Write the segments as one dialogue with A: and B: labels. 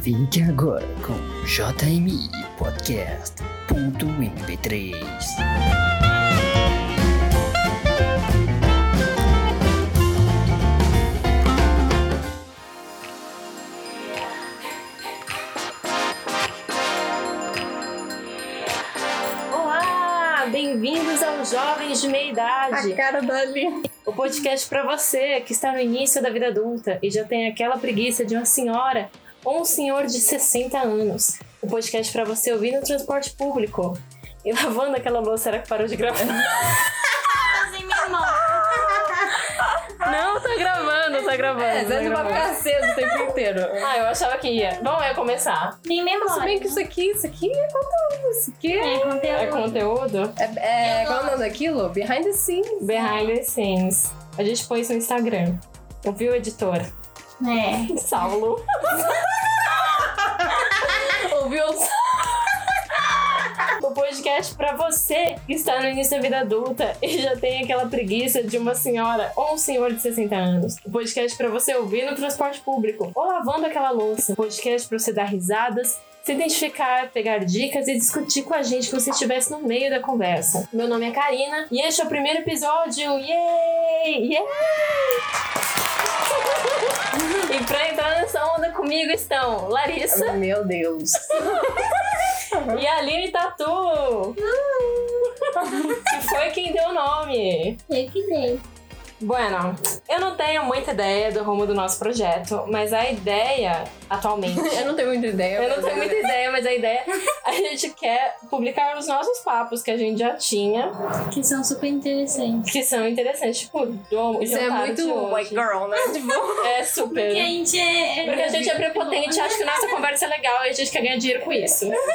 A: Fique agora com JMI Podcast.mp3.
B: Olá, bem-vindos ao Jovens de Meia Idade,
C: A cara da Aline.
B: o podcast para você que está no início da vida adulta e já tem aquela preguiça de uma senhora ou um senhor de 60 anos. O podcast para você ouvir no transporte público e lavando aquela louça, será que parou de gravar? Não, tá gravando, tá gravando.
C: É,
B: tá
C: Zé vai
B: gravando.
C: ficar aceso o tempo inteiro.
B: Ah, eu achava que ia. Vamos eu começar.
D: Tem
C: Se bem
D: memória.
C: que isso aqui, isso aqui é conteúdo, isso aqui é...
D: É,
B: É
D: conteúdo.
B: conteúdo?
C: É, qual é o nome daquilo? Behind the scenes.
B: Behind the scenes. A gente põe isso no Instagram. Ouviu, editor?
D: É.
B: Saulo.
C: Ouviu?
B: O podcast pra você que está no início da vida adulta e já tem aquela preguiça de uma senhora ou um senhor de 60 anos. O podcast pra você ouvir no transporte público ou lavando aquela louça. O podcast pra você dar risadas, se identificar, pegar dicas e discutir com a gente que você estivesse no meio da conversa. Meu nome é Karina e este é o primeiro episódio. Yay! Yay! e pra entrar nessa onda comigo estão Larissa.
C: Meu Deus.
B: E a Aline Tatu! que foi quem deu o nome.
D: Eu que dei.
B: Bueno, eu não tenho muita ideia do rumo do nosso projeto, mas a ideia, atualmente.
C: Eu não tenho muita ideia.
B: Eu não tenho muita ideia, mas a ideia. A gente quer publicar os nossos papos que a gente já tinha,
D: Que são super interessantes.
B: que são interessantes. Tipo, do
C: Isso é
B: jantar
C: muito
B: de hoje.
C: white girl, né? Tipo,
B: É super.
D: a gente é.
B: Porque a gente é prepotente, acha que nossa conversa é legal e a gente quer ganhar dinheiro com isso.
D: Não,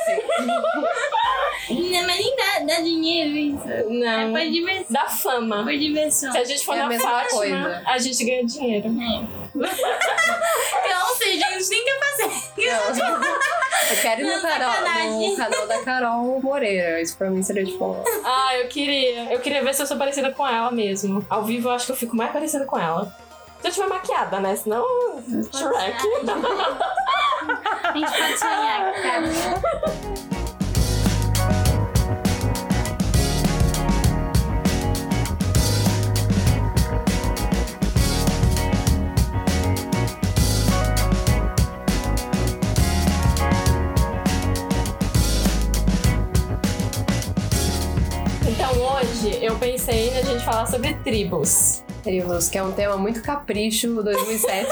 D: mas nem dá, dá dinheiro isso. É
B: Não.
D: por diversão. é
B: Da fama.
D: Por diversão.
B: Se a gente for
C: É a
B: na
C: mesma
B: Fátima,
C: coisa.
B: a gente ganha dinheiro.
D: Então, ou seja, a gente tem que fazer.
C: não. Eu quero ir no,
D: Não,
C: Carol,
D: sacanagem.
C: no canal da Carol Moreira. Isso pra mim seria tipo...
B: Ah, eu queria. Eu queria ver se eu sou parecida com ela mesmo. Ao vivo eu acho que eu fico mais parecida com ela. Se eu tiver maquiada, né? Senão. Shrek.
D: A gente pode sonhar, cara.
B: Então hoje eu pensei na gente falar sobre tribos.
C: Tribos, que é um tema muito capricho 2007.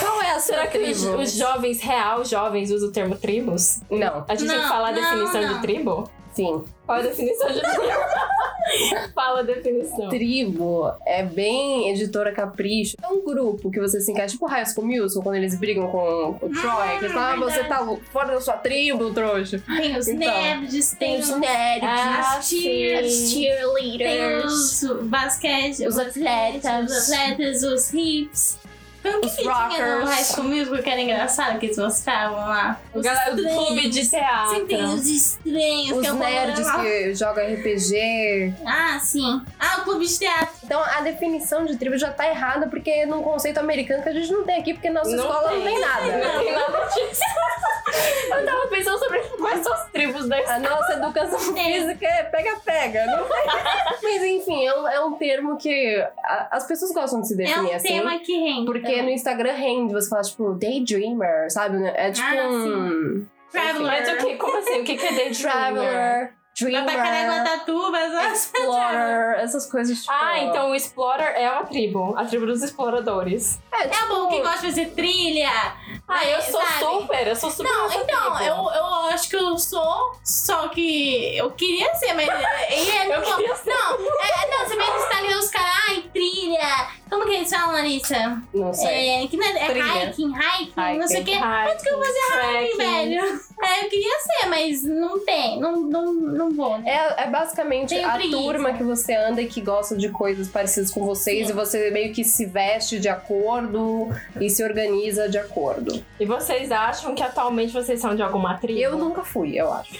C: Qual é a sua
B: Será que os,
C: tribo?
B: os jovens, real jovens, usam o termo tribos?
C: Não,
B: A gente tem que
D: Não,
B: falar a
D: não,
B: definição
D: não.
B: de tribo?
C: sim.
B: Qual é a definição de tribo? Fala a definição.
C: tribo é bem editora capricho. É um grupo que você se encaixa, tipo High School Musical, quando eles brigam com o Troy. Que eles falam, ah, você tá fora da sua tribo, trouxa.
D: Tem os
C: Então,
D: nerds, tem, os,
C: nerds,
B: Ah,
C: as
B: sim.
D: tem
C: cheerleaders,
D: os basquete,
C: Os atletas.
D: os atletas, os hips. Como que
C: Os
D: tinha no
C: rockers.
D: High School Musical que era engraçado que eles mostravam lá?
B: O galera do
D: estranhos.
B: clube de
D: Sim, tem
B: teatro.
D: os estranhos, que
C: os
D: é o
C: nerds
D: problema.
C: que jogam RPG.
D: Ah, sim. Ah, o clube de teatro.
C: Então a definição de tribo já tá errada, porque é num conceito americano que a gente não tem aqui, porque nossa
B: Não
C: escola
B: tem.
C: não tem nada.
B: Não tem nada disso. Eu tava pensando sobre quais são as tribos da
C: A nossa educação física é pega-pega, não tem. Mas enfim, é um, é um termo que a- as pessoas gostam de se
D: É
C: definir
D: um
C: assim.
D: tema que rende.
C: Porque no Instagram rende, você fala, tipo, daydreamer, sabe? É tipo
D: Ah,
C: um
D: Traveler.
B: Mas o que? Como assim? O que que é daydreamer?
C: traveler,
D: Vai
C: dreamer,
D: pra Caraguatatuba, só- assim.
C: explorer, essas coisas tipo...
B: Ah, então o Explorer é uma tribo. A tribo dos exploradores.
C: É,
D: É o povo que gosta de fazer trilha.
B: Ah, eu sou
D: Sabe?
B: super. Eu sou super.
D: Não,
B: dessa
D: então,
B: tribo.
D: eu, eu acho que eu sou, só que eu queria ser, mas. é, é,
B: Eu
D: não,
B: queria ser.
D: não, é, não, você vê no Instagram os caras, ai, trilha. Como que eles falam, Larissa?
C: tipo, Não sei.
D: É, que não é, é
C: Trilha.
D: hiking, hiking, não sei o quê.
B: Mas que eu vou fazer
D: velho. É, eu queria ser, mas não tem. Não, não, não vou, né?
C: É, é basicamente
D: Tenho
C: a
D: preguiça.
C: turma que você anda e que gosta de coisas parecidas com vocês
D: Sim.
C: e você meio que se veste de acordo e se organiza de acordo.
B: E vocês acham que atualmente vocês são de alguma tribo?
C: Eu nunca fui, eu acho.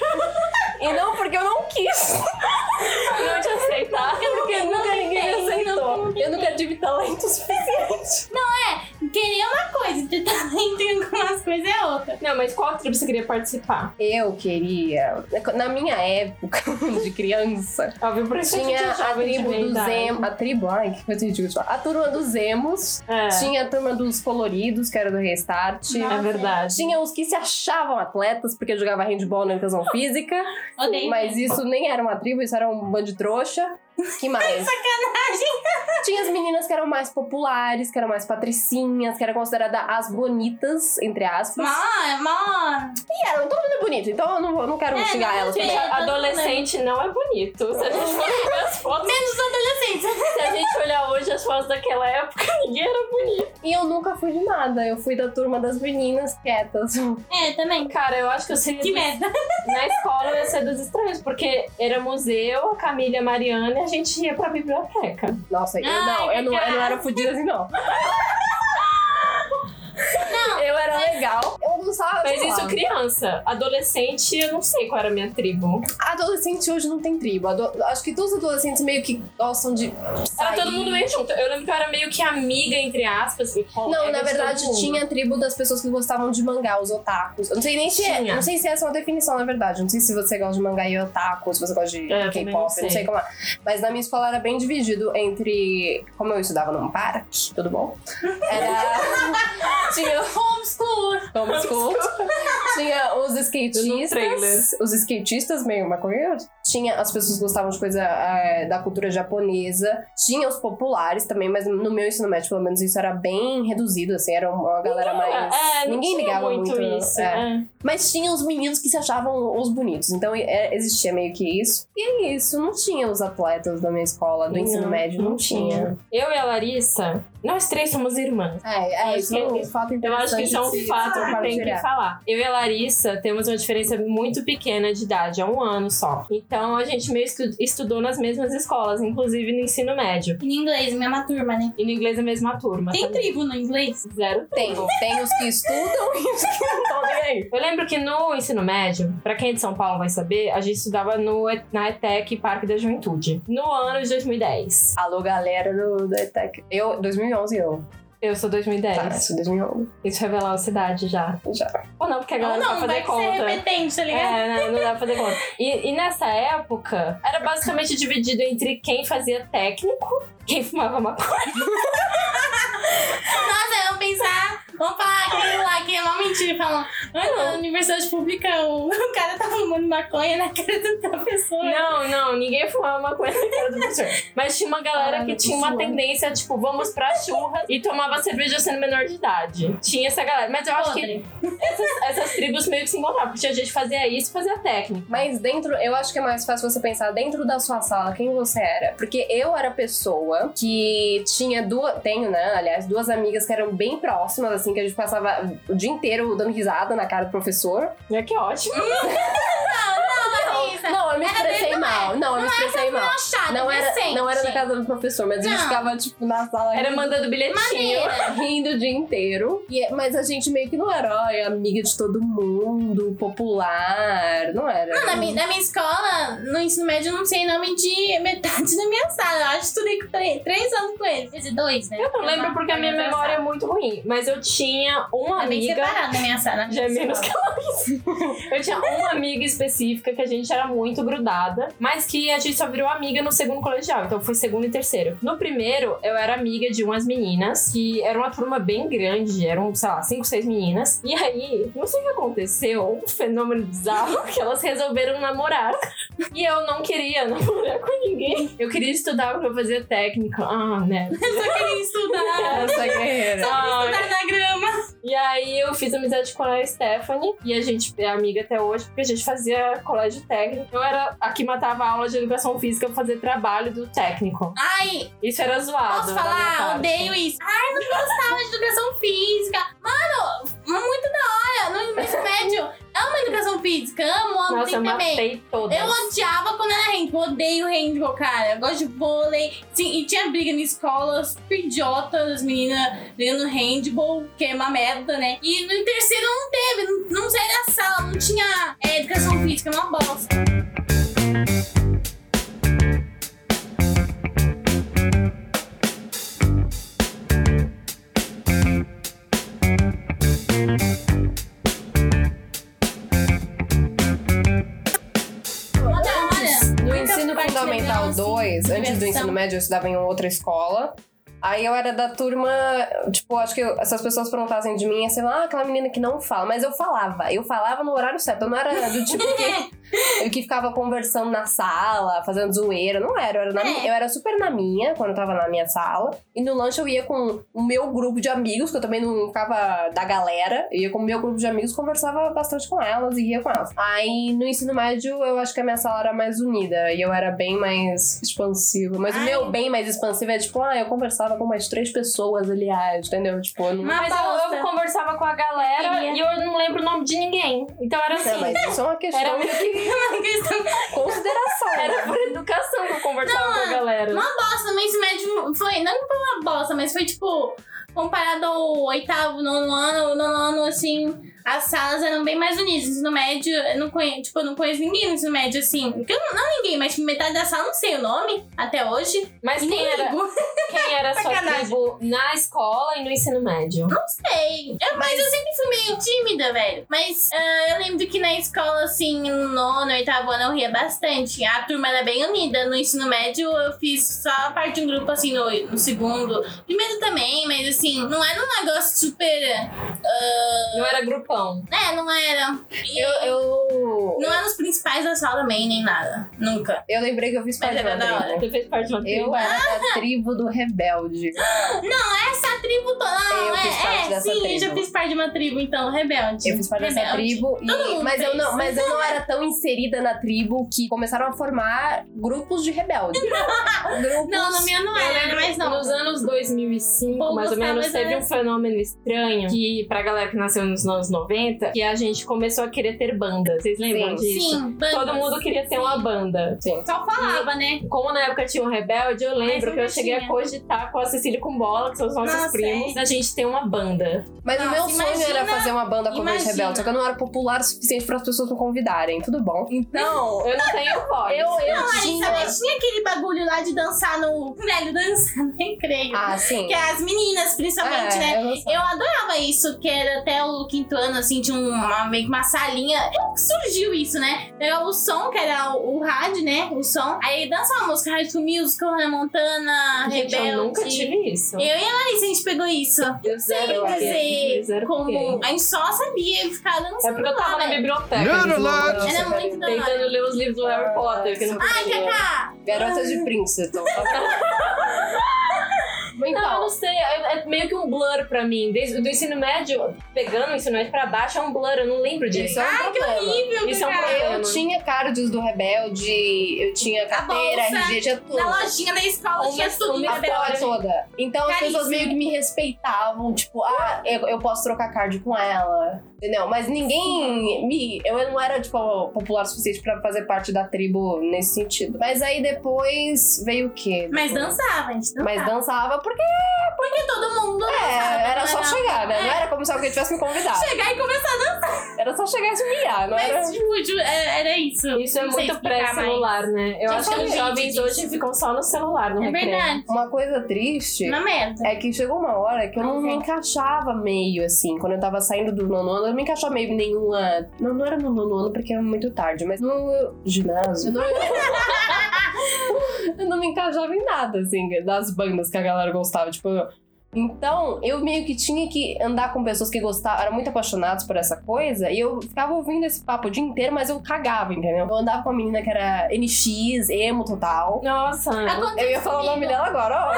C: e não porque eu não quis.
B: não te aceitar.
C: Porque
D: não
C: nunca
D: tem,
C: ninguém
D: não
C: me aceitou. eu nunca tive talento suficiente.
D: é, Querer uma coisa, ter talento em algumas coisas coisa é outra.
B: Não, mas qual tribo você queria participar?
C: Eu queria. Na minha época de criança,
B: É Óbvio, por isso que
C: tinha
B: gente
C: a
B: achava
C: tribo
B: de
C: dos
B: verdade.
C: Zemos. A tribo, ai, que coisa ridícula. de falar. A turma dos Emos.
B: É,
C: Tinha a turma dos coloridos, que era do Restart.
B: é verdade.
C: Tinha os que se achavam atletas porque jogava handball na educação física.
D: Odeio.
C: Mas isso nem era uma tribo, isso era um bando de trouxa. Que
B: é
C: mais?
D: Sacanagem.
C: Tinha as meninas que eram mais populares, que eram mais patricinhas, que eram consideradas as bonitas, entre aspas.
D: Mano, mano.
C: E eram todo mundo bonito, então eu não, vou- não quero
D: É,
C: xingar
D: não
C: elas.
D: tinha.
C: porque-
B: Adolescente não é bonito. Se a gente for ver as fotos,
D: Menos adolescentes.
B: se a gente olhar hoje as fotos daquela época, ninguém era bonito.
C: E eu nunca fui de nada, eu fui da turma das meninas quietas.
D: É, também.
B: um Cara, eu acho que eu seria
D: Que
B: do-
D: merda.
B: na escola eu ia ser dos estranhos, porque era museu, a Camila e a Mariana e a gente ia pra biblioteca.
C: Nossa, eu
D: Ai,
C: não, eu não, eu não era
D: obrigada.
C: fodida assim, não. Eu era legal. Eu almoçava.
B: Mas
C: sei
B: isso
C: lá.
B: criança. Adolescente, eu não sei qual era a minha tribo.
C: Adolescente hoje não tem tribo. Ado- Acho que todos os adolescentes meio que gostam de.
B: Era
C: sair.
B: Tá, todo mundo meio junto. Eu lembro que eu era meio que amiga, entre aspas. e colega
C: Não, na
B: de é todo
C: verdade
B: mundo.
C: tinha a tribo das pessoas que gostavam de mangá, os otakus. Eu não sei nem se é,
B: Tinha.
C: não sei se essa é uma definição, na verdade. Eu Não sei se você gosta de mangá e otaku, se você gosta de
B: É, eu também não
C: K-pop, eu não sei.
B: sei
C: como é. Mas na minha escola era bem dividido entre como eu estudava num parque, tudo bom? Era tinha
D: Homeschool.
C: homeschool, tinha
B: Eu
C: os
B: no trailer.
C: skatistas, os skatistas meio maconheiros. Tinha as pessoas que gostavam de coisa eh, da cultura japonesa. Tinha os populares também, mas no meu ensino médio, pelo menos, isso era bem reduzido, assim, era uma galera mais.
B: É, não
C: Ninguém
B: tinha
C: ligava
B: muito,
C: muito,
B: isso.
C: é.
B: é.
C: Mas tinha os meninos que se achavam os bonitos. Então é, existia meio que isso. E é isso, não tinha os atletas da minha escola, é, do ensino
B: Não,
C: médio, não,
B: não
C: tinha.
B: Eu e a Larissa, nós três somos irmãs.
C: É, é, isso é um fato
B: Eu acho que
C: interessante.
B: isso é
C: de
B: um
C: se
B: fato que tem que
C: compartilhar.
B: falar. Eu e a Larissa temos uma diferença muito pequena de idade, é um ano só. Então a gente meio estu- estudou nas mesmas escolas, inclusive no ensino médio.
D: Em inglês, mesma turma, né?
B: E no inglês a mesma turma.
D: Tem
B: também.
D: tribo no inglês?
B: Zero Então,
C: Tem, tem os que estudam e os que não estão nem aí.
B: Eu lembro que no ensino médio, pra quem é de São Paulo vai saber, a gente estudava no, E- na ETEC Parque da Juventude, no ano de 2010.
C: Alô, galera do, do ETEC. Eu, 2011 eu.
B: Eu sou 2010.
C: Tá, isso, 2011.
B: Isso revelar a cidade já.
C: Já.
B: Ou não, porque a
D: Ou
B: galera
D: não,
B: vai fazer
D: vai
B: conta.
D: ser repetente, tá ligado?
B: É, né, não dá pra fazer conta. E, e nessa época, era basicamente dividido entre quem fazia técnico, quem fumava maconha. É.
D: Nossa, vamos pensar, vamos falar aquilo lá que é uma mentira. Falam, ah, na universidade pública o, o cara tá fumando maconha na cara do professor.
B: Não, não, ninguém fumava maconha na cara do professor. Mas tinha uma galera
C: Caralho,
B: que
C: tô
B: tinha uma
C: suando.
B: tendência, tipo, vamos pra churras e tomava cerveja sendo menor de idade. Tinha essa galera. Mas eu acho que
D: Podre.
B: essas, essas tribos meio que se encontravam, porque tinha gente que fazia isso e fazia técnico.
C: Mas dentro, eu acho que é mais fácil você pensar dentro da sua sala quem você era. Porque eu era a pessoa que tinha duas. Tenho, né? Aliás, duas amigas que eram bem próximas, assim, que a gente passava o dia inteiro dando risada na cara do professor.
B: É que ótimo.
D: Larissa,
C: Não, eu me
D: era
C: expressei
D: dentro da-
C: mal. Não, eu me expressei mal.
D: Não, chata,
C: Não era,
D: decente.
C: não era na casa do professor, mas a gente
D: Não.
C: ficava, tipo, na sala.
B: Era
C: rindo
B: mandando bilhetinho.
D: Maneira.
C: rindo o dia inteiro. E, é- mas a gente meio que não era, ai, amiga de todo mundo, popular. Não era.
D: Não, na, minha, na minha escola, no ensino médio, eu não sei nome de metade da minha sala. Eu acho que estudei com três, três anos com eles. Quer dizer, dois, né?
B: Eu não lembro porque a minha memória é muito ruim. Mas eu tinha uma
D: é bem
B: amiga.
D: separada na minha sala. né?
B: Já é menos que ela disse. Eu tinha uma amiga específica que a gente era muito grudada, mas que a gente só virou amiga no segundo colegial. Então foi segundo e terceiro. No primeiro, eu era amiga de umas meninas, que era uma turma bem grande, eram, sei lá, cinco, seis meninas. E aí, não sei o que aconteceu, um fenômeno bizarro, que elas resolveram namorar. E eu não queria namorar com ninguém. Eu queria estudar porque eu fazia técnica. Ah, né?
D: Eu só queria estudar.
C: Essa guerreira.
B: Ah,
D: Estudar na grama.
B: e aí eu fiz amizade com a Stephanie e a gente é amiga até hoje, porque a gente fazia colégio técnico. Eu era a que matava a aula de educação física pra fazer trabalho do técnico.
D: Ai,
B: Isso era zoado.
D: posso
B: da minha
D: falar?
B: parte.
D: Odeio isso. Ai, não gostava de educação física. Mano, é muito da hora. No ensino médio, amo educação física. Amo, amo,
B: Nossa,
D: tem
B: eu
D: também.
B: matei todas.
D: Eu odiava quando era handball, odeio handball, cara. Eu gosto de vôlei. Sim, e tinha briga na escola, super idiota, as meninas brigando handball, que é uma merda, né? E no terceiro não teve, não, não saía da sala, não tinha é, educação física, é uma bosta.
C: inglês. Antes do
D: assim, Diversão.
C: ensino médio, eu estudava em outra escola. Aí eu era da turma, tipo, acho que eu- se as pessoas perguntassem de mim, assim, ah, aquela menina que não fala. Mas eu falava, eu falava no horário certo. Eu não era do tipo que, eu que ficava conversando na sala, fazendo zoeira. Não era, eu era, na
D: É.
C: minha- eu era super na minha, quando eu tava na minha sala. E no lanche eu ia com o meu grupo de amigos, que eu também não ficava da galera. Eu ia com o meu grupo de amigos, conversava bastante com elas e ia com elas. Aí no ensino médio eu acho que a minha sala era mais unida e eu era bem mais expansiva. Mas o
D: Ai.
C: meu bem mais expansivo é tipo, ah, eu conversava com mais três pessoas, aliás, entendeu? Tipo, eu não.
D: Uma
B: Mas eu, eu
D: bosta.
B: conversava com a galera
D: Queria.
B: e eu não lembro o nome de ninguém. Então era assim.
C: É, mas isso é uma questão
B: Era
C: de consideração.
B: Era por educação que eu conversava com a galera.
D: Nossa, no ensino médio foi, não foi uma bosta, mas foi tipo, comparado ao oitavo, nono ano, o nono ano, assim, as salas eram bem mais unidas. No ensino médio, eu não conheço, tipo, eu não conheço ninguém no ensino médio, assim. Porque eu não, não ninguém, mas tipo, metade da sala eu não sei o nome até hoje.
B: Mas
D: E
B: quem
D: nem
B: era,
D: ligo.
B: quem era a sua
D: Sacanagem.
B: tribo na escola e no ensino médio?
D: Não sei. Eu- mas... eu sempre fui meio tímida, velho. Mas ah, eu lembro que na escola, assim, no nono, oitavo ano, eu ria bastante. A turma era bem unida. No ensino médio, eu fiz só parte de um grupo, assim, no, no segundo. Primeiro também, mas assim, não era um negócio super. ah,
B: Não era grupão.
D: é, não era. E
C: Eu, eu,
D: Não era os principais da sala também, nem nada. Nunca.
C: eu lembrei que eu fiz
D: Mas é Ah!
C: parte de
D: era
C: uma
D: da
C: tribo.
B: Você fez parte de uma tribo.
C: É. Eu era da tribo do rebelde.
D: Essa tribo toda. Não,
C: Eu fiz
D: é,
C: parte
D: é,
C: dessa
D: sim, eu
C: tribo.
D: já fiz parte de uma tribo, então, rebelde.
C: Eu fiz parte dessa
D: Rebelde.
C: tribo, e-
D: Todo mundo
C: mas, eu
D: fez.
C: não, mas eu não era tão inserida na tribo que começaram a formar grupos de rebeldes. grupos...
D: Não, no meu
B: Eu
D: não era,
B: lembro
D: era mais não.
B: Nos anos 2005,
D: Poucos
B: mais ou menos,
D: talvez
B: teve
D: era
B: um fenômeno estranho que, pra galera que nasceu nos anos 90, que a gente começou a querer ter banda. Vocês lembram
C: Sim.
B: disso?
D: Sim,
B: Todo
D: bandas.
B: mundo queria ter uma banda.
D: Só falava, né?
B: Como na época tinha um rebelde, eu
D: Mas
B: lembro
D: nunca
B: que eu cheguei a
D: tinha.
B: cogitar com a Cecília e com Bola, que são os nossos
D: Nossa, é.
B: primos, da gente ter uma banda.
C: Mas o
D: Nossa,
C: meu sonho era
D: Ah, imagina-
C: fazer uma banda com os
D: imagina.
C: rebeldes, só que eu não era popular o suficiente para as pessoas me convidarem, tudo bom? Então,
B: Eu não tenho voz.
C: eu, eu
D: Larissa,
C: tinha...
D: mas tinha aquele bagulho lá de dançar no. Velho, dançar, nem creio.
C: Ah, sim.
D: Que é as meninas, principalmente,
C: É,
D: né?
C: eu não sei.
D: Eu adorava isso, que era até o quinto ano, assim, tinha uma, meio que uma salinha. Como que surgiu isso, né? Pegava o som, que era o, o rádio, né? O som. Aí dançava uma música, Rádio Music, Hannah Montana,
B: Gente,
D: Rebelde.
B: eu nunca tive isso.
D: Eu e a Larissa, a gente pegou isso.
B: Eu
D: é Sempre assim.
C: Eu
B: queria,
D: fazer
B: zero
D: como...
B: queria.
D: A gente só sabia ficar
B: É
D: dançando
B: porque eu
D: lá,
B: tava na né?
D: velho.
B: biblioteca.
E: Não, não,
B: eles não-
E: lá-
C: Nossa,
D: Era
C: cara,
D: muito Ah, da
B: Tentando ler os livros do Harry Potter, que não
C: Ai,
B: podia.
D: Cacá,
C: Garotas de Princeton.
B: Não, eu
C: então,
B: não sei, é, é meio que um blur pra mim. Desde do ensino médio, pegando o ensino médio pra baixo, é um blur, eu não lembro disso.
C: isso é um problema.
B: Isso é um
C: Eu
B: problema.
C: tinha cards do Rebelde, eu tinha carteira,
D: bolsa,
C: RG, tinha tudo.
D: na lojinha da escola
B: Uma
D: tinha tudo
B: suma
D: na
C: A porra
D: verdade.
C: toda. Então as
D: Caríssimo.
C: pessoas meio que me respeitavam, tipo, ah, eu, eu posso trocar card com ela. Entendeu? Mas ninguém me. Eu não era, tipo, popular o suficiente pra fazer parte da tribo nesse sentido. Mas aí depois veio o quê?
D: Mas dançava, a gente dançava.
C: Mas dançava porque
D: Porque todo mundo
C: é,
D: dançava.
C: era
D: não
C: só chegar, né? Não
D: É.
C: era como se alguém tivesse me convidado.
D: Chegar e começar,
C: Era só chegar e se humilhar, não era?
D: mas tipo, ju- é- era isso.
B: Isso é
D: Não sei
B: muito
D: explicar mais.
B: pré-celular, né? Eu
D: Já
B: acho que
D: falei
B: os jovens
D: disso.
B: hoje ficam só no celular,
C: né?
B: no
D: É
B: recreio.
D: verdade,
C: Uma coisa triste
D: na merda.
C: É que chegou uma hora que eu não
D: Pois
C: me
D: é.
C: encaixava meio, assim. Quando eu tava saindo do nono ano, eu não me encaixava meio em nenhuma. Não, não era no nono ano porque era muito tarde, mas no ginásio. não- eu não me encaixava em nada, assim, das bandas que a galera gostava. Tipo, eu- então eu meio que tinha que andar com pessoas que gostavam, eram muito apaixonados por essa coisa, e eu ficava ouvindo esse papo o dia inteiro, mas eu cagava, entendeu? Eu andava com uma menina que era NX, emo total.
B: Nossa,
C: Eu ia falar o nome dela agora, ó.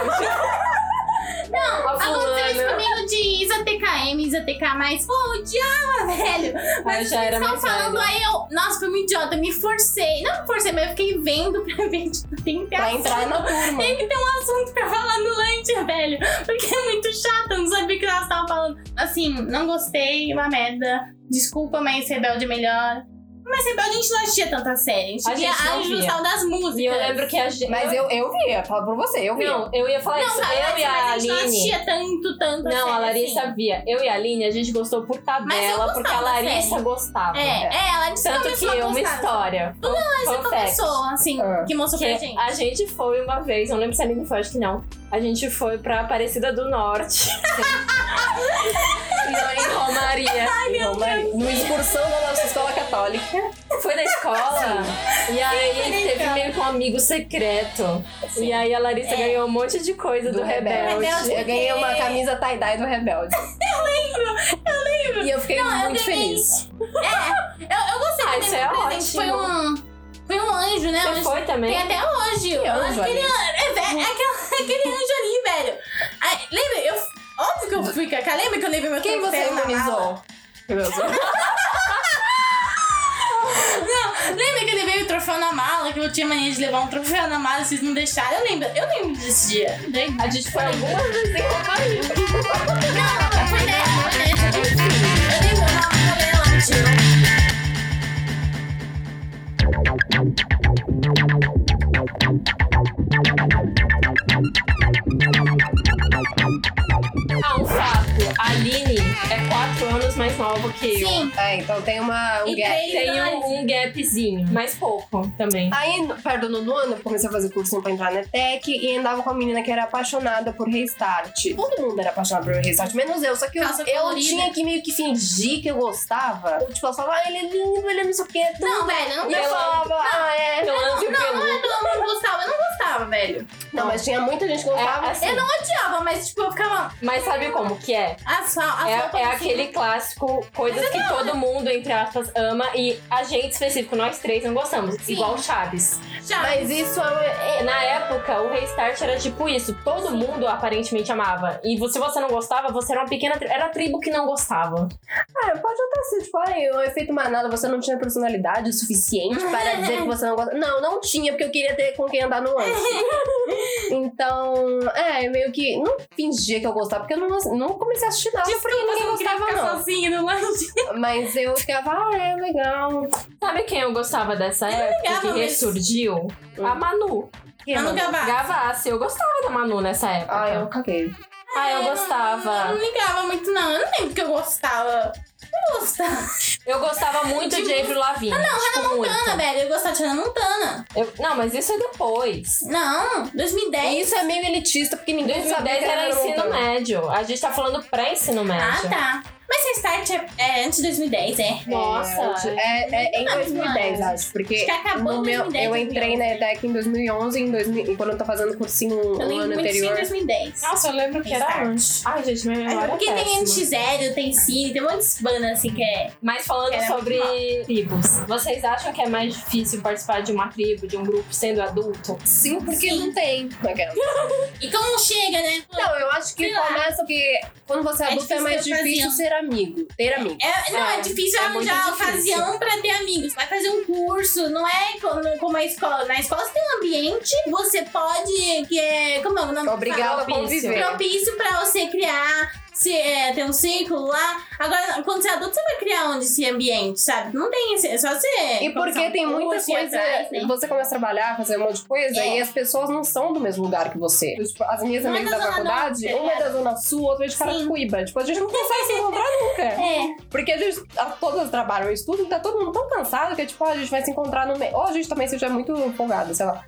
B: a
D: Aconteceu isso
B: fulana.
D: comigo de Isa TKM, Isa TK+, pô, eu odiava, velho.
B: Ah, eu
D: Mas
B: já era
D: vocês
B: mais
D: estavam falando,
B: velha.
D: aí eu... Nossa, foi uma idiota, me forcei. Não me forcei, mas eu fiquei vendo pra ver, tipo, tem que ter
C: Pra
D: assunto.
C: entrar na turma.
D: Tem que ter um assunto pra falar no lanche, velho. Porque é muito chato, eu não sabia o que elas estavam falando. Assim, não gostei, uma merda. Desculpa, mas Rebelde é melhor. Mas Rebelde a gente não assistia tanta série. A gente
B: A
D: via
B: gente não
D: a
B: via.
D: junção das músicas.
B: E eu lembro que a gente.
C: Mas eu, eu via, falo pra você, eu via.
B: Não, eu ia falar
D: Não,
B: isso.
D: cara,
B: eu
D: mas
B: e a
D: a gente não
B: Aline.
D: assistia tanto, tanto
B: Não, a
D: série,
B: Larissa é
D: assim.
B: via. Eu e a Aline, a gente gostou por tabela, porque a
D: gostava da
B: Larissa
D: série.
B: gostava.
D: É, é, ela disse
B: Tanto que
D: começou a
B: uma
D: gostar.
B: história. Fun
D: Essa
B: fact.
D: começou, assim,
C: Ah.
D: que mostrou pra
B: Porque
D: gente.
B: a gente foi uma vez, não lembro se a Aline foi, acho que não. A gente foi pra Aparecida do Norte. em Romaria.
C: Não, mas numa excursão da nossa escola católica.
B: Foi da escola. e aí
D: Sim,
B: teve
D: então.
B: meio que um amigo secreto. E aí a Larissa ganhou um monte de coisa do, Rebelde.
D: Rebelde.
C: Eu ganhei uma camisa tie-dye do Rebelde. eu lembro, eu lembro. E eu fiquei
D: Não, eu
C: muito
D: ganhei.
C: feliz.
D: Eu, eu
B: Ah,
D: gostei também
B: isso
D: do
B: é
D: presente. Foi
B: ótimo.
D: um. Foi um anjo, né?
B: Você
D: Anjo.
B: foi também?
D: Tem até hoje.
C: Que anjo
D: aquele,
C: ali.
D: an- é, ve- é aquele, aquele anjo ali, velho. Ai, lembra? Eu, óbvio que eu fui cacá. Lembra que eu levei meu
C: Quem você
D: troféu na mala?
C: imunizou?
D: Não, lembra que eu levei o troféu na mala? Que eu tinha mania de levar um troféu na mala e vocês não deixaram. Eu lembro, eu lembro desse dia. Lembro.
B: A gente foi algumas vezes em companhia.
D: Não, foi nessa, foi nessa. Eu lembro o nome dela, tio.
B: Ah, um fato. A Aline é quatro anos mais nova que eu.
D: Sim,
C: É, então tem uma, um
D: E
C: gap.
D: tem-
B: Tem um, um gapzinho, mas pouco Ah, também.
C: Aí, no- perto do nono, eu comecei a fazer cursinho pra entrar na ETEC e andava com uma menina que era apaixonada por Restart. Todo mundo era apaixonado por Restart, menos eu. Só que eu,
D: Calça
C: eu
D: colorida.
C: tinha que meio que fingir que eu gostava. Eu, tipo, eu falava, ah, ele é lindo, ele é não sei o que.
D: não, velho, não
C: E eu
D: gostava.
C: falava, ah, é.
B: Eu amo
D: Não, não é pelo não gostava, eu não gostava, velho.
C: Não, mas tinha muita gente que gostava.
B: É, assim,
D: Eu não odiava, mas tipo, eu ficava.
B: Mas sabe como que é?
D: Assal, assal,
B: É, é
D: né?
B: aquele clássico, coisas que todo mundo, entre aspas, ama e a gente específico, nós três, não gostamos.
D: Sim.
B: Igual Chaves.
D: Já,
C: Mas isso é. é-
B: Na época, o Restart era tipo isso. Todo mundo aparentemente amava. E vo- se você não gostava, você era uma pequena. tri- Era a tribo que não gostava.
C: Ah, pode até ser, tipo, ai, o efeito manada, você não tinha personalidade o suficiente para dizer que você não gosta. Não, não tinha, porque eu queria ter com quem andar no lanche. Então, é, eu meio que não fingia que eu gostava, porque eu não, não comecei a assistir nada
D: Desculpa,
C: porque ninguém
D: eu não queria
C: gostava,
D: ficar
C: não.
D: sozinha no lanche.
C: Mas eu ficava, ah, é legal.
B: Sabe quem eu gostava dessa época
D: ligava,
B: que
D: mas-
B: ressurgiu? A Manu.
D: Manu Gavassi.
B: Gavassi. Eu gostava da Manu nessa época.
C: Ah, eu caguei.
B: Ah, eu
D: Eu
B: gostava.
D: não ligava muito, não. Eu não lembro que eu gostava. Eu
B: Tipo,
D: não gostava.
B: Eu gostava muito de
D: Tipo-
B: Avril Lavigne. tipo, muito.
D: Montana, né? velho. Eu gostava de Hannah Montana.
B: Eu- Não, mas isso é depois.
D: Não, 2010.
C: Isso é meio elitista, porque ninguém sabia
B: 2010
C: que um
B: era ensino
C: montão.
B: médio. A gente tá falando pré-ensino
D: Ah,
B: médio.
D: tá. Mas Restart é, é antes de 2010, é?
B: Nossa.
C: É, é em
D: Não, mas-
C: 2010, acho. Porque
D: Acho que acabou
C: no
D: em
C: meu,
D: 2010,
C: eu entrei na ETEC em 2011, em 2000, e quando eu tô fazendo cursinho um
D: Eu lembro
C: ano
D: muito sim,
C: anterior.
D: 2010.
B: Nossa, eu lembro que era
D: Restart.
B: antes. Ai, gente, minha memória
D: Porque
B: é
D: tem
B: péssima.
D: NX0, tem Cine, tem um monte de banda assim que é.
B: Mas falando
D: Era
B: sobre
D: muito
B: tribos, vocês acham que é mais difícil participar de uma tribo, de um grupo, sendo adulto?
C: Sim, porque
D: Sim.
C: não tem.
D: E como chega, né? Pô,
C: Não, eu acho que
D: Sei lá.
C: começa que quando você é
D: É
C: adulto é
D: difícil
C: mais
D: ter ocasião.
C: difícil ser amigo. Ter amigo.
D: É, não, é,
B: É,
D: difícil
B: é
D: arranjar
B: muito difícil.
D: ocasião pra ter amigos. Vai fazer um curso, não é como, como a escola. Na escola você tem um ambiente, você pode. Que é, como é o nome?
C: Obrigado a
B: propício.
C: conviver.
D: propício pra você criar, se, é, ter um círculo lá. Agora, quando você é adulto, você vai criar onde esse ambiente, sabe? Não tem esse, é só você.
C: E porque
D: começar um
C: tem muita
D: curso, ir
C: coisa.
D: atrás, né?
C: Você começa a trabalhar, fazer um monte de coisa,
D: É.
C: e as pessoas não são do mesmo lugar que você. Tipo, As minhas
D: Uma é
C: amigas
D: da
C: da,
D: Zona
C: faculdade,
D: Norte,
C: uma é
D: né?
C: da Zona Sul, outra é de
D: Sim.
C: Carapicuíba. Tipo, a gente não consegue se encontrar nunca.
D: É,
C: Porque a gente, a- todas trabalham e estudam, tá todo mundo tão cansado que, tipo, ah, a gente vai se encontrar no meio. Ou a gente também seja muito folgada, sei lá.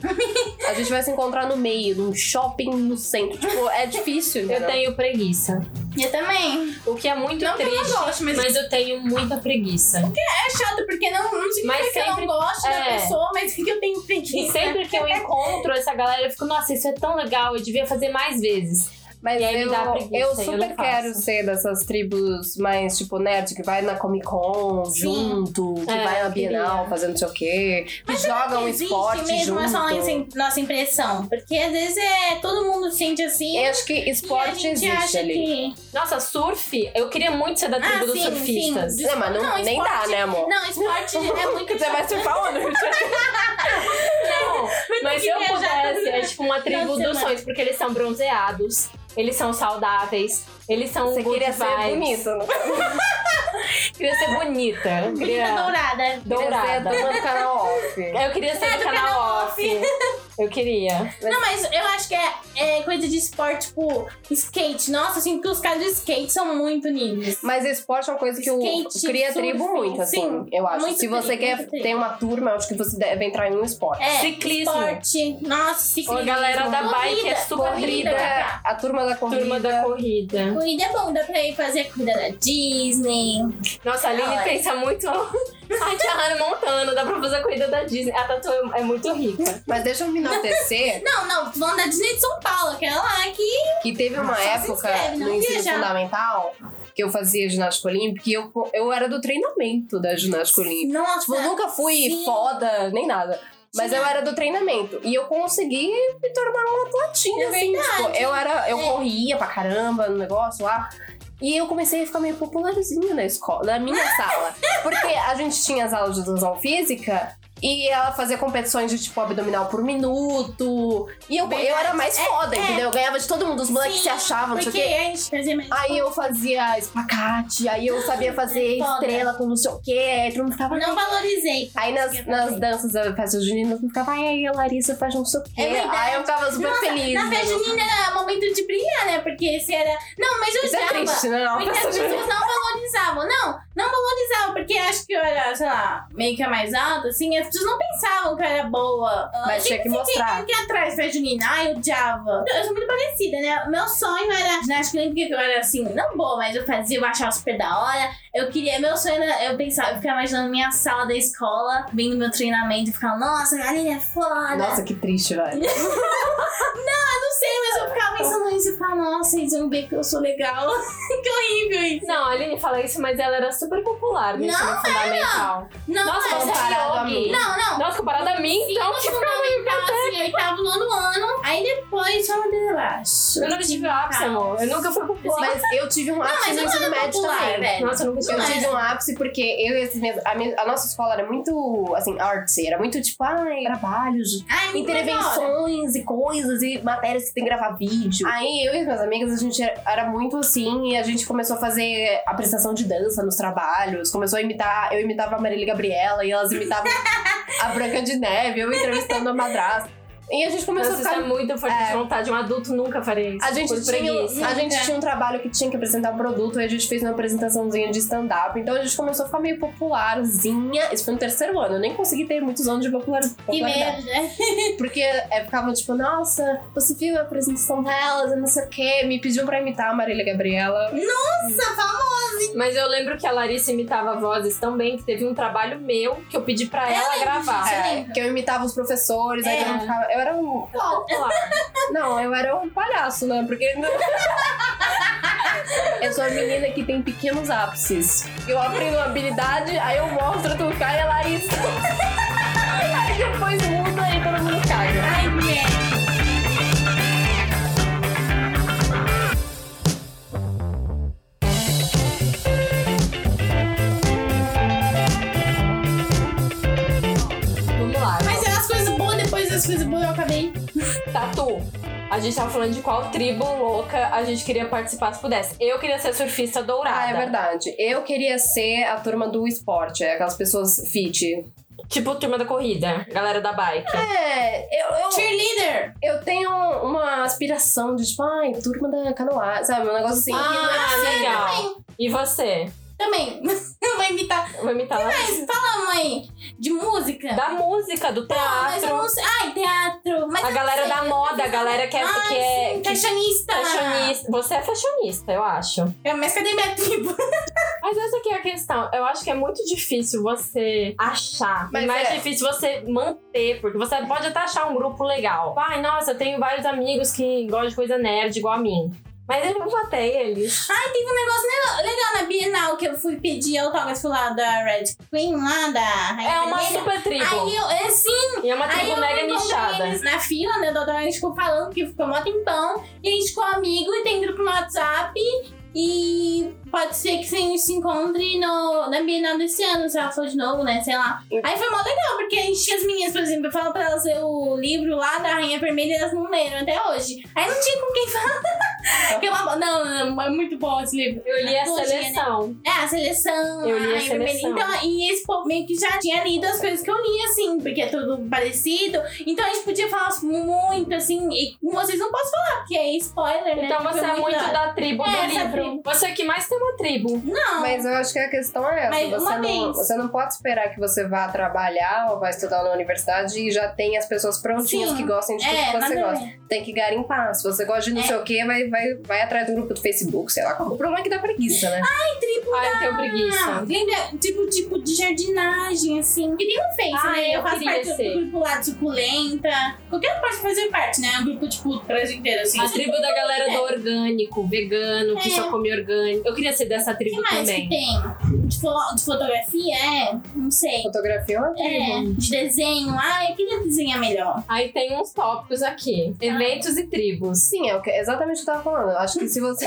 C: a gente vai se encontrar no meio, num shopping no centro. Tipo, é difícil,
B: Eu
C: entendeu?
B: tenho preguiça.
D: eu também.
B: O que é muito
D: Não que eu
B: triste,
D: não gosto, mas,
B: mas eu tenho muita preguiça.
D: é chato, porque não, não significa
B: Mas
D: que eu não
B: sempre-
D: gosto da
B: é.
D: pessoa, mas que É eu tenho preguiça.
B: E sempre que eu encontro essa galera, eu fico, nossa, isso é tão legal, eu devia fazer mais vezes.
C: Mas
B: E aí me
C: eu,
B: dá preguiça,
C: eu
B: eu
C: super
B: não faço.
C: quero ser dessas tribos mais, tipo, nerd, que vai na Comic Con
D: Sim.
C: junto, que
B: É,
C: vai na
B: eu queria.
C: Bienal fazendo não sei o quê, que jogam
D: é existe
C: esporte junto.
D: mesmo é só nossa in- nossa impressão. Porque às vezes é todo mundo sente assim.
C: Eu acho que
D: e a
C: É, esporte
D: gente
C: existe
D: acha
C: ali.
D: que.
B: Nossa, surf, eu queria muito ser da tribo
D: Ah,
B: dos
D: sim,
B: surfistas.
D: sim.
C: Não, mas não,
D: Não,
C: nem dá,
D: esporte-
C: né, amor?
D: Não, esporte é muito.
C: Você vai surfar onde?
B: Não, mas se eu
D: viajar
B: pudesse,
D: todo
B: é tipo uma tribo
D: final de
B: dos
D: semana.
B: sonhos, porque eles são bronzeados, eles são saudáveis, eles são
C: Você
B: good
C: queria ser
B: vibes.
C: bonita,
D: né?
C: não?
B: Queria ser bonita. eu
D: Bonita
B: Queria...
D: dourada.
B: Dourada.
C: Queria ser a turma do canal off.
B: Eu queria ser
D: É,
B: do
D: do
B: canal
D: canal
B: off. Eu queria.
D: Não, mas eu acho que é, é, coisa de esporte, tipo, skate. Nossa, assim, porque os caras de skate são muito níveis.
C: Mas esporte é uma coisa que o
D: Skate,
C: cria tribo
D: surf,
C: muito, assim,
D: sim.
C: eu acho.
D: Muito
C: Se você
D: tri-
C: quer
D: muito tri.
C: ter uma turma, eu acho que você deve entrar em um esporte.
D: É,
B: Ciclismo.
D: esporte. Nossa, ciclismo.
B: Ô, galera da
D: Corrida,
B: bike é super
D: corrida,
B: dribla.
D: Cacá.
C: A turma da corrida.
B: Turma da corrida.
D: Corrida é bom, dá pra ir fazer a corrida da Disney.
B: Nossa, a Aline
C: é.
D: Olha.
B: pensa muito. A tia Hannah Montana, dá pra fazer a corrida da Disney. A Tatu é, é muito rica.
C: Mas deixa eu me enaltecer
D: Não, não, tô falando da Disney de São Paulo, aquela lá que.
C: que teve uma
D: Só se
C: época
D: inscreve, não
C: no ensino
D: viaja.
C: fundamental que eu fazia ginástica olímpica e eu, eu era do treinamento da ginástica olímpica.
D: Nossa,
C: Tipo, eu nunca fui
D: sim.
C: foda, nem nada. Mas eu era do treinamento. E eu consegui me tornar uma atletinha,
D: É
C: assim. Tipo, eu era. Eu
D: É.
C: corria pra caramba no negócio lá. E eu comecei a ficar meio popularzinha na escola, na minha sala. Porque a gente tinha as aulas de educação física e ela fazia competições de tipo abdominal por minuto. E eu, eu era mais foda, entendeu? Eu ganhava de todo mundo, os moleques
D: É, Sim,
C: se achavam, não sei o
D: Porque
C: quê.
D: a gente fazia mais.
C: Aí eu fazia espacate, aí eu sabia fazer
D: Foda.
C: estrela com não sei o quê. Aí todo mundo ficava.
D: Não valorizei.
C: Aí nas, nas danças da festa junina, eu ficava, ai, aí a Larissa faz não sei o quê.
D: É verdade.
C: aí eu ficava super
D: Nossa,
C: feliz.
D: Na festa
C: entendeu?
D: junina era momento de brilhar, né? Porque esse era. Não, mas eu
C: Isso é
D: achava.
C: triste, né? Não,
D: Porque as
C: festa junina.
D: pessoas não valorizavam. Não, não valorizavam, porque acho que eu era, sei lá, meio que a mais alta, assim, as pessoas não pensavam que eu era boa. Ah,
C: Mas tinha que mostrar.
D: Aqui atrás, festa junina, ai, eu odiava. Eu sou muito parecida, né? O Meu sonho era ginástica olímpica, que eu era assim, não boa, mas eu fazia, eu achava super da hora. Eu queria, meu sonho era, eu pensava, eu ficava imaginando minha sala da escola, vendo meu treinamento e ficava, nossa, a Aline é foda.
C: Nossa, que triste, velho.
D: Eu não sei, mas eu ficava pensando nisso e ficava, nossa, eles vão ver que eu sou legal. que horrível isso.
B: Não, a Aline fala isso, mas ela era super popular no ensino fundamental.
D: Não,
B: Nossa,
D: mas- assim,
B: você
C: comparado a
B: é
C: mim.
B: yogi.
D: não, não.
B: Nossa, comparado a mim, então.
D: Sim, no fundamental, assim, oitavo, nono ano. Aí depois, só ladeira abaixo.
B: Eu nunca tive ápice, amor. Eu nunca fui popular.
C: Mas eu tive um
D: mas
C: ápice no
D: eu não
C: ensino
D: era
C: médio
D: popular,
C: também.
D: velho.
B: Nossa, eu nunca tive
D: Não
C: Eu
D: era.
C: tive um ápice porque eu e as minhas. A, minha- a nossa escola era muito, assim, artsy. Era muito tipo, ai, trabalhos,
D: Ai, me intervenção.
C: intervenções e coisas e matérias que tem que gravar vídeo. Aí eu e as minhas amigas, a gente era, era muito assim e a gente começou a fazer apresentação de dança nos trabalhos. Começou a imitar. Eu imitava a Marília Gabriela e elas imitavam a Branca de Neve, eu entrevistando a madrasta. E a gente começou
B: Nossa,
C: a
B: isso
C: ficar
B: é muita força de vontade. Um adulto nunca faria isso.
C: a gente,
B: por
C: tinha,
B: preguiça.
C: a gente
D: Nunca.
C: tinha um trabalho que tinha que apresentar um produto, aí a gente fez uma apresentaçãozinha de stand-up. Então a gente começou a ficar meio popularzinha. Isso foi no terceiro ano, eu nem consegui ter muitos anos de popular,
D: Que
C: popularidade.
D: medo, né?
C: Porque é, ficava tipo, nossa, você viu a apresentação delas, eu não sei o quê. Me pediam pra imitar a Marília Gabriela.
D: Nossa, famosa.
B: Mas eu lembro que a Larissa imitava vozes tão bem que teve um trabalho meu que eu pedi pra
D: Eu
B: ela
D: lembro
B: gravar.
D: disso.
C: É,
D: lembra?
C: que eu imitava os professores, aí
D: É.
C: eu ficava. Eu era um.
B: Popular.
C: Não, eu era um palhaço, né? Porque. não- eu sou uma menina que tem pequenos ápices. Eu aprendo uma habilidade, aí eu mostro, tu cai e a Larissa. aí depois muda e todo mundo caga.
D: Ai, mulher.
B: Vamos lá.
D: Mas eram as coisas boas, depois das coisas boas eu acabei.
B: Tatu. A gente tava falando de qual tribo louca a gente queria participar se pudesse. Eu queria ser surfista dourada.
C: Ah, é verdade. Eu queria ser a turma do esporte, é aquelas pessoas fit.
B: Tipo turma da corrida, galera da bike.
C: É, eu,
B: Oh.
C: eu,
D: Cheerleader.
C: eu tenho uma aspiração de tipo, ai, turma da canoa, sabe? Um negócio assim.
B: Ah, legal.
D: Também.
B: E você?
D: Também. Eu vou imitar.
B: Eu Vou imitar lá.
D: Mas fala, mãe, de música.
B: Da música, do
D: Ah, mas eu
B: teatro.
D: não sei. Ai, teatro. Mas
B: A
D: eu
B: galera
D: não sei.
B: da moda, a galera que é.
D: Ai,
B: que é
D: sim,
B: que
D: fashionista.
B: fashionista. Você é fashionista, eu acho.
D: É, Mas cadê minha tribo?
B: Mas essa aqui é a questão. Eu acho que é muito difícil você achar. Mas
C: Mas
B: mais
C: é.
B: difícil você manter, porque você pode até achar um grupo legal. Ai, nossa, eu tenho vários amigos que gostam de coisa nerd igual a mim. Mas eu não vou até eles.
D: Ai, teve um negócio legal- legal na Bienal que eu fui pedir autógrafo lá da Red Queen, lá da Rainha
B: É uma
D: Vermelha.
B: super tribo.
D: Aí eu, é sim,
B: e é uma
D: aí
B: tribo
D: eu
B: mega
D: encontrei
B: nichada.
D: eles na fila, né, do autógrafo, a gente ficou falando que ficou mó tempão, e a gente ficou amigo e tem grupo no WhatsApp, e pode ser que você se encontre no, na Bienal desse ano, se ela for de novo, né, sei lá.
B: Hum.
D: Aí foi mó legal, porque a gente tinha as meninas, por exemplo, eu falo
B: Tá.
D: pra elas ler o livro lá da Rainha Vermelha e elas não leram até hoje. Aí não tinha com quem falar. Que é uma- Não, não, não, é muito bom esse livro.
B: Eu li a
D: Duas
B: seleção.
D: É, a seleção.
B: Eu li a
D: Iron Man.
B: seleção.
D: Então, e esse povo meio que já tinha lido as coisas que eu li, assim, porque é tudo parecido. Então a gente podia falar muito, assim, e com vocês não posso falar, porque é spoiler, né?
B: Então
D: Porque
B: você
D: eu
B: é
D: não
B: muito
D: gosto.
B: da tribo
D: É,
B: do
D: essa
B: livro.
D: tribo.
B: Você é que mais tem uma tribo.
D: Não,
C: Mas eu acho que a questão é essa.
D: Mas
C: você,
D: uma
C: não,
D: vez.
C: você não pode esperar que você vá trabalhar ou vá estudar na universidade e já tem as pessoas prontinhas
D: Sim.
C: que gostem
B: tipo,
C: de tudo
D: é,
C: que
D: nada
C: você
D: a
C: gosta.
D: ver.
C: Tem que garimpar. Se você gosta de não
D: É.
C: sei o que, vai, vai, vai atrás do grupo do Facebook, sei lá. O problema é que dá preguiça, né?
B: Ah, eu tenho preguiça.
D: Ah, lembra, tipo, tipo de jardinagem, assim. Que nem o Face,
B: Ah,
D: né?
B: eu
D: faço
B: queria
D: parte
B: ser.
D: do grupo lá de suculenta. Qualquer parte fazer parte, né? Um grupo, tipo, Brasil inteiro, assim.
B: A tribo da galera do orgânico, vegano, que
D: É.
B: só come orgânico. Eu queria ser dessa
D: O que
B: tribo
D: mais
B: também.
D: que tem? De, fo- de fotografia, é? Não sei.
C: Fotografia é uma
D: É, de desenho. Ah, eu queria desenhar melhor.
B: Aí tem uns tópicos aqui: eventos e tribos.
C: Sim, é o que- exatamente o que eu tava falando. Eu acho que se você.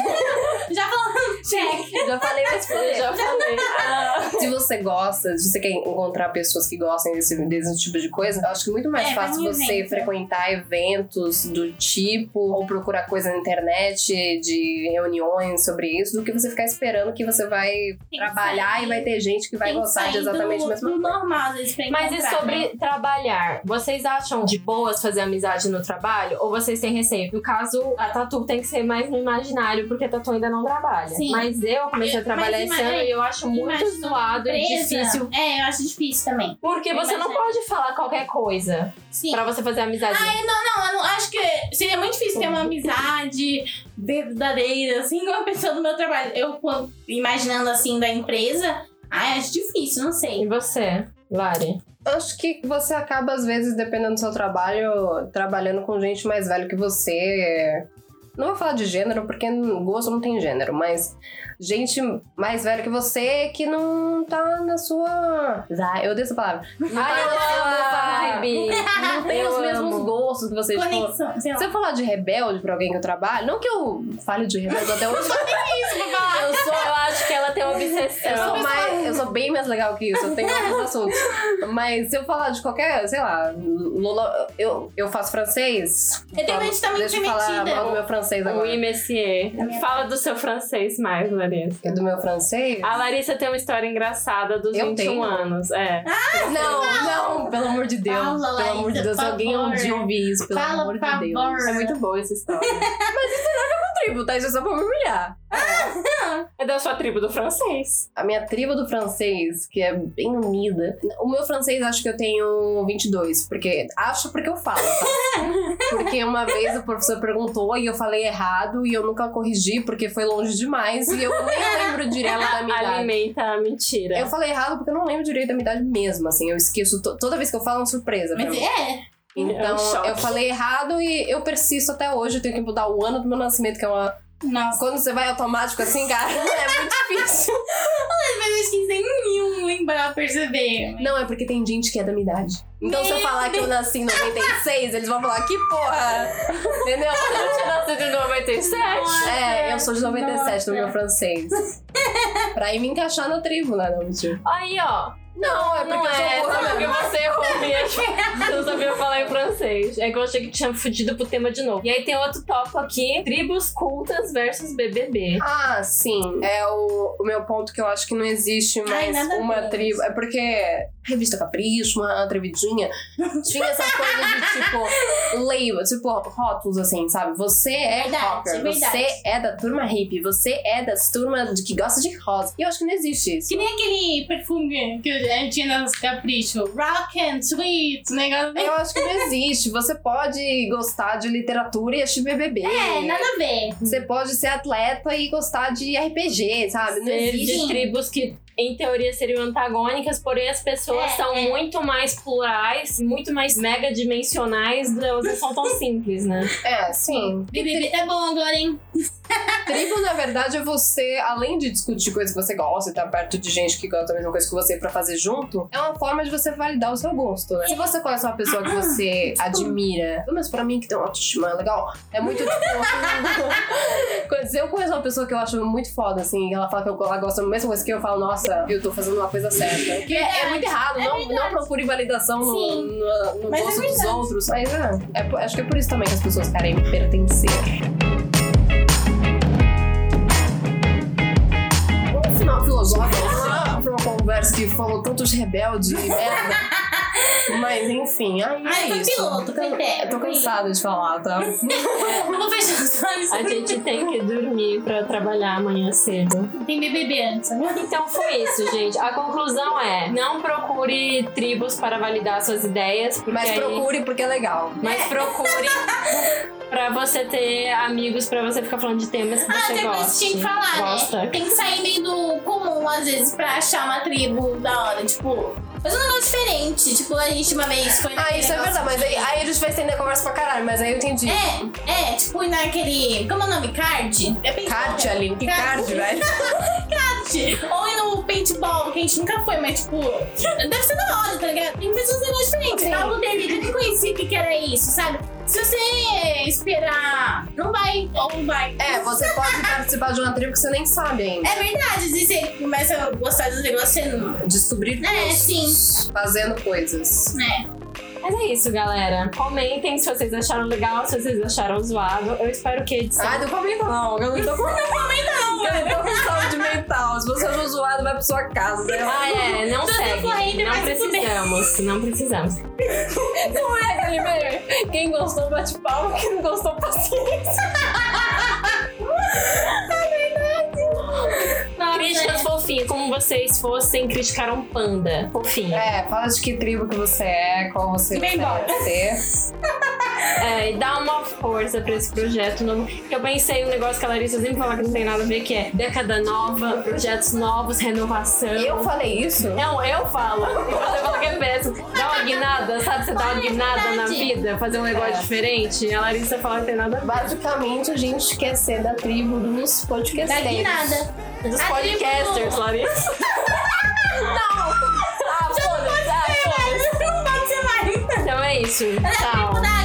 D: Já falando, check.
C: já falei, mas
B: Eu já falei. Ah,
C: Se você gosta, se você quer encontrar pessoas que gostem desse, desse tipo de coisa, eu acho que muito mais
D: É, vai
C: fácil
D: em
C: você
D: evento.
C: frequentar eventos do tipo, ou procurar coisa na internet, de reuniões sobre isso, do que você ficar esperando que você vai trabalhar e vai ter gente que vai
D: Tem que
C: gostar de
D: sair
C: exatamente
D: do,
C: a mesma
D: do
C: coisa.
D: normal, às vezes, pra
B: Mas e
D: encontrar, né?
B: sobre trabalhar? Vocês acham de boas fazer amizade no trabalho? Ou vocês têm receio? No caso, a Tatu tem que ser mais no imaginário, porque a Tatu ainda não trabalha.
D: Sim.
B: Mas eu comecei a
D: Mas
B: trabalhar esse
D: imagina-
B: ano e eu acho muito
D: Imagina
B: zoado e
D: empresa.
B: difícil.
D: É, eu acho difícil também.
B: Porque você não
D: Imagina.
B: pode falar qualquer coisa
D: Sim.
B: pra você fazer amizade.
D: Não, eu não, acho que seria muito difícil ter
B: Uhum.
D: uma amizade verdadeira, assim, com a pessoa do meu trabalho. Eu, quando- imaginando assim, da empresa, ai, acho difícil, não sei.
B: E você, Lari?
C: Acho que você acaba, às vezes, dependendo do seu trabalho, trabalhando com gente mais velha que você. é. Não vou falar de gênero, porque gosto não tem gênero, mas gente mais velha que você que não tá na sua. Vai, eu odeio essa palavra. Não
B: Ai,
C: tá
B: eu amo vibe.
C: Não tem
B: Eu
C: os mesmos
B: amo.
C: gostos que você tipo,
D: Conexão, sei lá.
C: se eu falar de rebelde pra alguém que eu trabalho, não que eu fale de rebelde até hoje, eu sou
B: Eu sou, eu acho que ela tem uma
C: eu sou,
B: obsessão.
C: mais, eu sou bem mais legal que isso, eu tenho outros assuntos. Mas se eu falar de qualquer, sei lá, Lola, eu, eu faço francês.
D: Eu tenho medo de estar muito
C: Deixa eu falar
D: metida.
C: mal do meu francês
B: Oui,
C: agora.
B: Messier. Fala do seu francês mais, Larissa.
C: E É do meu francês?
D: Ah,
B: A Larissa tem uma história engraçada dos
C: Eu
B: 21
C: tenho. Ah.
B: anos. É.
C: não, não, pelo amor de Deus.
D: Fala,
C: pelo
D: Larissa,
C: amor de Deus,
D: por
C: alguém um
D: favor.
C: dia ouvir isso, pelo
D: Fala,
C: amor
D: por
C: de Deus.
D: favor.
B: É muito boa essa história.
C: tribo, tá? Isso é só pra me humilhar.
B: é da sua tribo do francês.
C: A minha tribo do francês, que é bem unida. O meu francês acho que eu tenho 22, porque acho porque eu falo, tá? Porque uma vez o professor perguntou e eu falei errado e eu nunca corrigi porque foi longe demais e eu nem lembro direito da minha idade.
B: Alimenta a mentira.
C: Eu falei errado porque eu não lembro direito da minha idade mesmo, assim. Eu esqueço to- toda vez que eu falo é uma surpresa. pra
D: Mas
C: mim.
D: é,
B: É um
C: Então,
B: choque.
C: eu falei errado e eu persisto até hoje. Eu tenho que mudar o ano do meu nascimento, que é uma.
D: nossa.
C: Quando você vai automático assim, cara, é muito difícil.
D: Mas acho que sem nenhum lembrar, perceber.
C: Não, é porque tem gente que é da minha idade. Então, se eu
D: Meu
C: falar que eu nasci em 96, eles vão falar que porra! Entendeu?
B: Eu te nasci de 97.
C: É, eu sou de 97 no é meu francês. pra ir me encaixar na tribo, né? Não, mentira.
B: Aí, ó.
C: Não, é
B: Não é,
C: burra
B: só porque
C: mesmo.
B: você errou mesmo. Você não sabia falar em francês. É que eu achei que tinha fudido pro tema de novo. E aí tem outro tópico aqui: tribos cultas versus BBB.
C: Ah, sim. É o, o meu ponto que eu acho que não existe mais
D: nada a
C: uma
D: ver.
C: tribo. É porque a revista Capricho, uma atrevidinha, tinha essas coisas de tipo label, tipo rótulos assim, sabe? Você é
D: Verdade,
C: rocker,
D: verdade.
C: você é da turma hippie, você é das turmas de que gosta de rosa. E eu acho que não existe isso.
D: Que nem aquele perfume que eu eh, tinha nos capricho. Rock and sweet, um negócio.
C: Eu acho que não existe. Você pode gostar de literatura e assistir BBB.
D: É, nada a ver.
C: Você pode ser atleta e gostar de RPG, sabe? Não
B: Ser
C: existe.
B: de tribos que, em teoria, seriam antagônicas, porém as pessoas
D: É,
B: são
D: é.
B: muito mais plurais, muito mais megadimensionais, elas não são tão simples, né?
C: É, sim.
D: BBB tá bom agora, hein?
C: Tribo, na verdade, é você, além de discutir coisas que você gosta e estar perto de gente que gosta da mesma coisa que você pra fazer junto, é uma forma de você validar o seu gosto, né? Se você conhece uma pessoa que você admira, pelo menos pra mim, que tem uma autoestima legal, é muito tipo. Quando- Se eu conheço uma pessoa que eu acho muito foda, assim, e ela fala que eu- ela gosta da mesma coisa que eu, eu falo, nossa, eu tô fazendo uma coisa certa. Que é, é muito errado, não, não procure validação no,
D: Sim.
C: no, no
D: Mas é
C: gosto dos
D: verdade.
C: outros. Mas é, é, por- acho que é por isso também que as pessoas querem pertencer. né? uma conversa que falou tantos rebeldes e merda. Mas enfim, aí
D: Ai,
C: é
D: foi
C: isso.
D: piloto, foi
C: Eu tô-
D: ideia,
C: eu tô
D: foi
C: cansada de falar, tá?
D: Eu vou fechar os olhos.
B: A gente tem que dormir pra trabalhar amanhã cedo.
D: Tem BBB antes. agora.
B: Então foi isso, gente. A conclusão é: não procure tribos para validar suas ideias, porque
C: Mas
B: aí-
C: procure porque é legal.
B: mas procure pra você ter amigos pra você ficar falando de temas
C: Ah,
B: que você
D: Até
B: gosta.
D: coisa que tinha que falar,
B: gosta.
D: né? Tem que sair meio do comum, às vezes, pra achar uma tribo da hora. Tipo, mas um negócio diferente. Tipo, a gente uma vez foi
C: Ah,
D: naquele
C: isso é
D: negócio-
C: verdade, mas aí, aí a gente vai estender a conversa pra caralho, mas aí eu entendi.
D: É, é, tipo, ir naquele. Como é o nome? Card? É bem-
C: Card ali, que
D: Card.
C: card, velho?
D: Ou ir no paintball, que a gente nunca foi, mas tipo, deve ser da hora, tá ligado? Tem que fazer uns negócios diferentes.
C: Sim.
D: Na luta dele, eu nem conhecia o que que era isso, sabe? Se você esperar, não vai, ou não vai.
C: É, você pode participar de uma tribo que você nem sabe ainda.
D: É verdade, às vezes você começa a gostar dos negócios, você não.
C: Descobrir
D: É, sim.
C: fazendo coisas.
D: É.
B: Mas é isso, galera. Comentem se vocês acharam legal, se vocês acharam zoado. Eu espero que a edição.
C: Ai, não comenta não, eu não tô com Eu não tô com saúde mental. Se você achou zoado, vai pra sua casa. né?
B: Ah, é, não
D: Tudo
B: segue.
D: correndo,
B: não
D: mas tudo bem.
B: precisamos, não precisamos.
C: Não é aquele meme. Quem gostou, bate palma. Quem não gostou, paciência.
D: Nossa,
B: Críticas
D: é.
B: fofinhas, como vocês fossem criticar um panda. Fofinho.
C: É, fala de que tribo que você é, qual você
D: E vem
C: quer
D: embora.
C: ser.
B: É, e dá uma força pra esse projeto novo. Eu pensei um negócio que a Larissa sempre fala que não tem nada a ver, que é década nova, projetos novos, renovação.
C: Eu falei isso?
B: Não, eu falo. E você fala que é péssimo. Dá uma guinada, sabe? Você dá
D: é
B: uma guinada na vida, fazer um negócio
C: É.
B: diferente. E a Larissa fala que tem nada a ver.
C: Basicamente, a gente quer ser da tribo dos
D: Tá
C: podcasteiros.
D: aqui nada.
B: É Dos
D: A tribo
B: podcasters,
D: do-
B: Larissa.
C: Ah, foda-se.
D: Não pode ser mais.
C: Ah,
B: Então é isso.
D: É a
B: Tchau.
D: tribo é da